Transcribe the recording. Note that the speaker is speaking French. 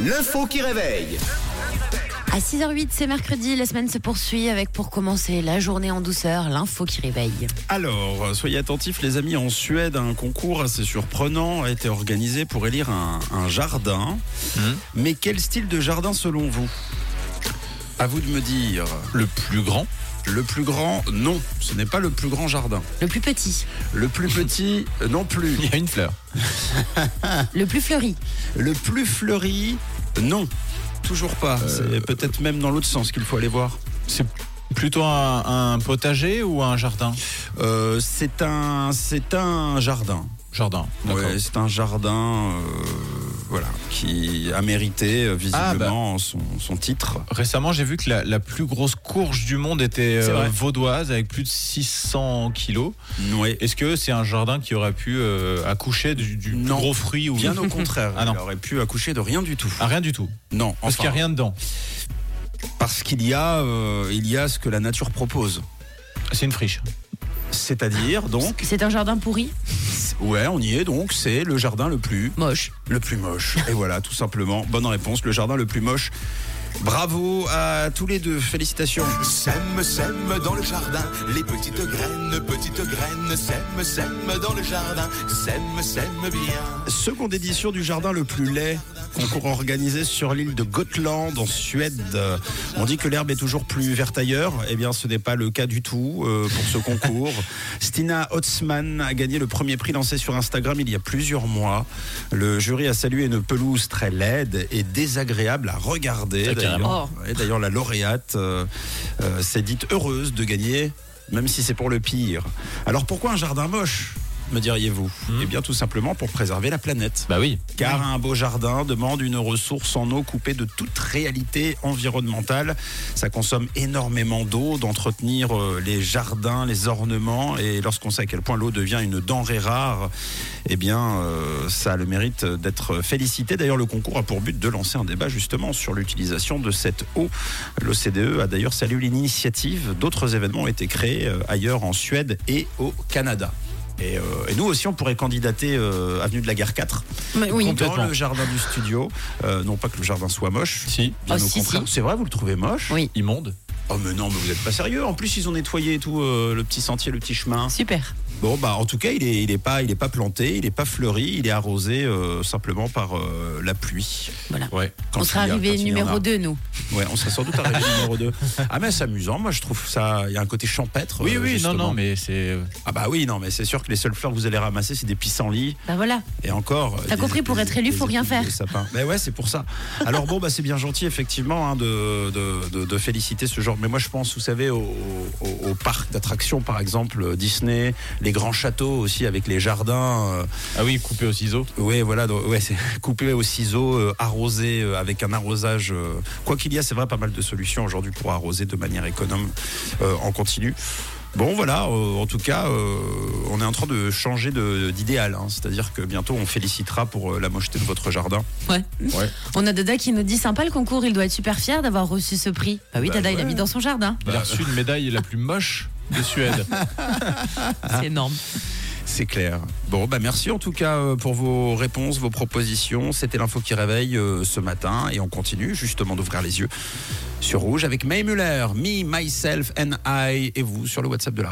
L'info qui réveille. À 6h08, c'est mercredi, la semaine se poursuit avec pour commencer la journée en douceur, l'info qui réveille. Alors, soyez attentifs les amis, en Suède, un concours assez surprenant a été organisé pour élire un, un jardin. Hmm. Mais quel style de jardin selon vous À vous de me dire. Le plus grand Le plus grand, non, ce n'est pas le plus grand jardin. Le plus petit, Le plus petit, non plus. Il y a une fleur. le plus fleuri, Le plus fleuri, non. Toujours pas. Euh, C'est peut-être même dans l'autre sens qu'il faut aller voir. C'est plutôt un, un potager ou un jardin Euh, c'est un, c'est un jardin. Jardin. d'accord. Ouais, c'est un jardin euh, voilà, qui a mérité euh, Ah, bah. visiblement son, son titre. Récemment, j'ai vu que la, la plus grosse courge du monde était C'est euh, vrai. vaudoise avec plus de 600 kilos. Ouais. Est-ce que c'est un jardin qui aurait pu euh, accoucher du, du plus Non. gros fruit ou Bien au contraire, Ah non. il aurait pu accoucher de rien du tout. Ah, rien du tout Non, Parce qu'il n'y a rien dedans. parce qu'il y a, euh, il y a ce que la nature propose. C'est une friche. C'est-à-dire donc, c'est un jardin pourri, ouais, on y est donc, c'est le jardin le plus, moche. le plus moche. Et voilà, tout simplement. Bonne réponse, le jardin le plus moche. Bravo à tous les deux, félicitations. Sème, sème dans le jardin, les petites graines, petites graines, sème, sème dans le jardin, sème, sème bien. Seconde édition du jardin le plus laid, concours organisé sur l'île de Gotland en Suède. Euh, On dit que l'herbe est toujours plus verte ailleurs. Eh bien, ce n'est pas le cas du tout euh, pour ce concours. Stina Hotzmann a gagné le premier prix lancé sur Instagram il y a plusieurs mois. Le jury a salué une pelouse très laide et désagréable à regarder. Ah, D'ailleurs, Ouais, d'ailleurs, la lauréate euh, euh, s'est dite heureuse de gagner, même si c'est pour le pire. Alors pourquoi un jardin moche me diriez-vous Eh bien tout simplement pour préserver la planète. Bah oui. Car un beau jardin demande une ressource en eau coupée de toute réalité environnementale. Ça consomme énormément d'eau d'entretenir euh, les jardins, les ornements. Et lorsqu'on sait à quel point l'eau devient une denrée rare, eh bien, euh, ça a le mérite d'être félicité. D'ailleurs, le concours a pour but de lancer un débat justement sur l'utilisation de cette eau. L'OCDE a d'ailleurs salué l'initiative. D'autres événements ont été créés euh, ailleurs en Suède et au Canada. Et, euh, et nous aussi, on pourrait candidater euh, Avenue de la Guerre 4 oui, dans le jardin du studio. Euh, non pas que le jardin soit moche. Si. Ah, bien au si, contraire. C'est vrai, vous le trouvez moche Oui. Immonde. Oh mais non, mais vous êtes pas sérieux. En plus, ils ont nettoyé et tout euh, le petit sentier, le petit chemin. super. Bon bah en tout cas, il est, il est pas, il est pas planté, il est pas fleuri, il est arrosé euh, simplement par euh, la pluie. Voilà. Ouais. Quand On il sera y a- arrivé quand il y en a. numéro 2, nous. Ouais, on sera sans doute arrivé numéro 2 Ah mais c'est amusant. Moi, je trouve ça. Il y a un côté champêtre. Oui, euh, oui, non, justement. non, mais c'est. euh, Ah bah oui, non, mais c'est sûr que les seules fleurs que vous allez ramasser, c'est des pissenlits. Bah voilà, Et encore. T'as compris, pour être élu, faut rien faire. Mais ouais, c'est pour ça. Alors bon, bah, c'est bien gentil, effectivement, hein, de, de- de- de féliciter ce genre. Mais moi, je pense, vous savez, aux au, au parcs d'attractions, par exemple, euh, Disney, les grands châteaux aussi, avec les jardins. euh, Ah oui, coupé au ciseau. ouais, voilà, donc, ouais, c'est coupé au ciseau, euh, arrosé, euh, avec un arrosage. euh, quoi qu'il y a, c'est vrai, pas mal de solutions aujourd'hui pour arroser de manière économe euh, en continu. Bon voilà, euh, en tout cas, euh, on est en train de changer de- d'idéal. hein. C'est-à-dire que bientôt, on félicitera pour euh, la mocheté de votre jardin. ouais. Ouais. On a Dada qui nous dit sympa le concours, il doit être super fier d'avoir reçu ce prix. Bah oui, Bah Dada, il ouais. l'a mis dans son jardin. Bah. Il a reçu une médaille la plus moche de Suède. Ah. C'est énorme. C'est clair. Bon, bah merci en tout cas euh, pour vos réponses, vos propositions. C'était l'info qui réveille euh, ce matin et on continue justement d'ouvrir les yeux sur Rouge avec May Muller, Me, Myself and I et vous sur le WhatsApp de la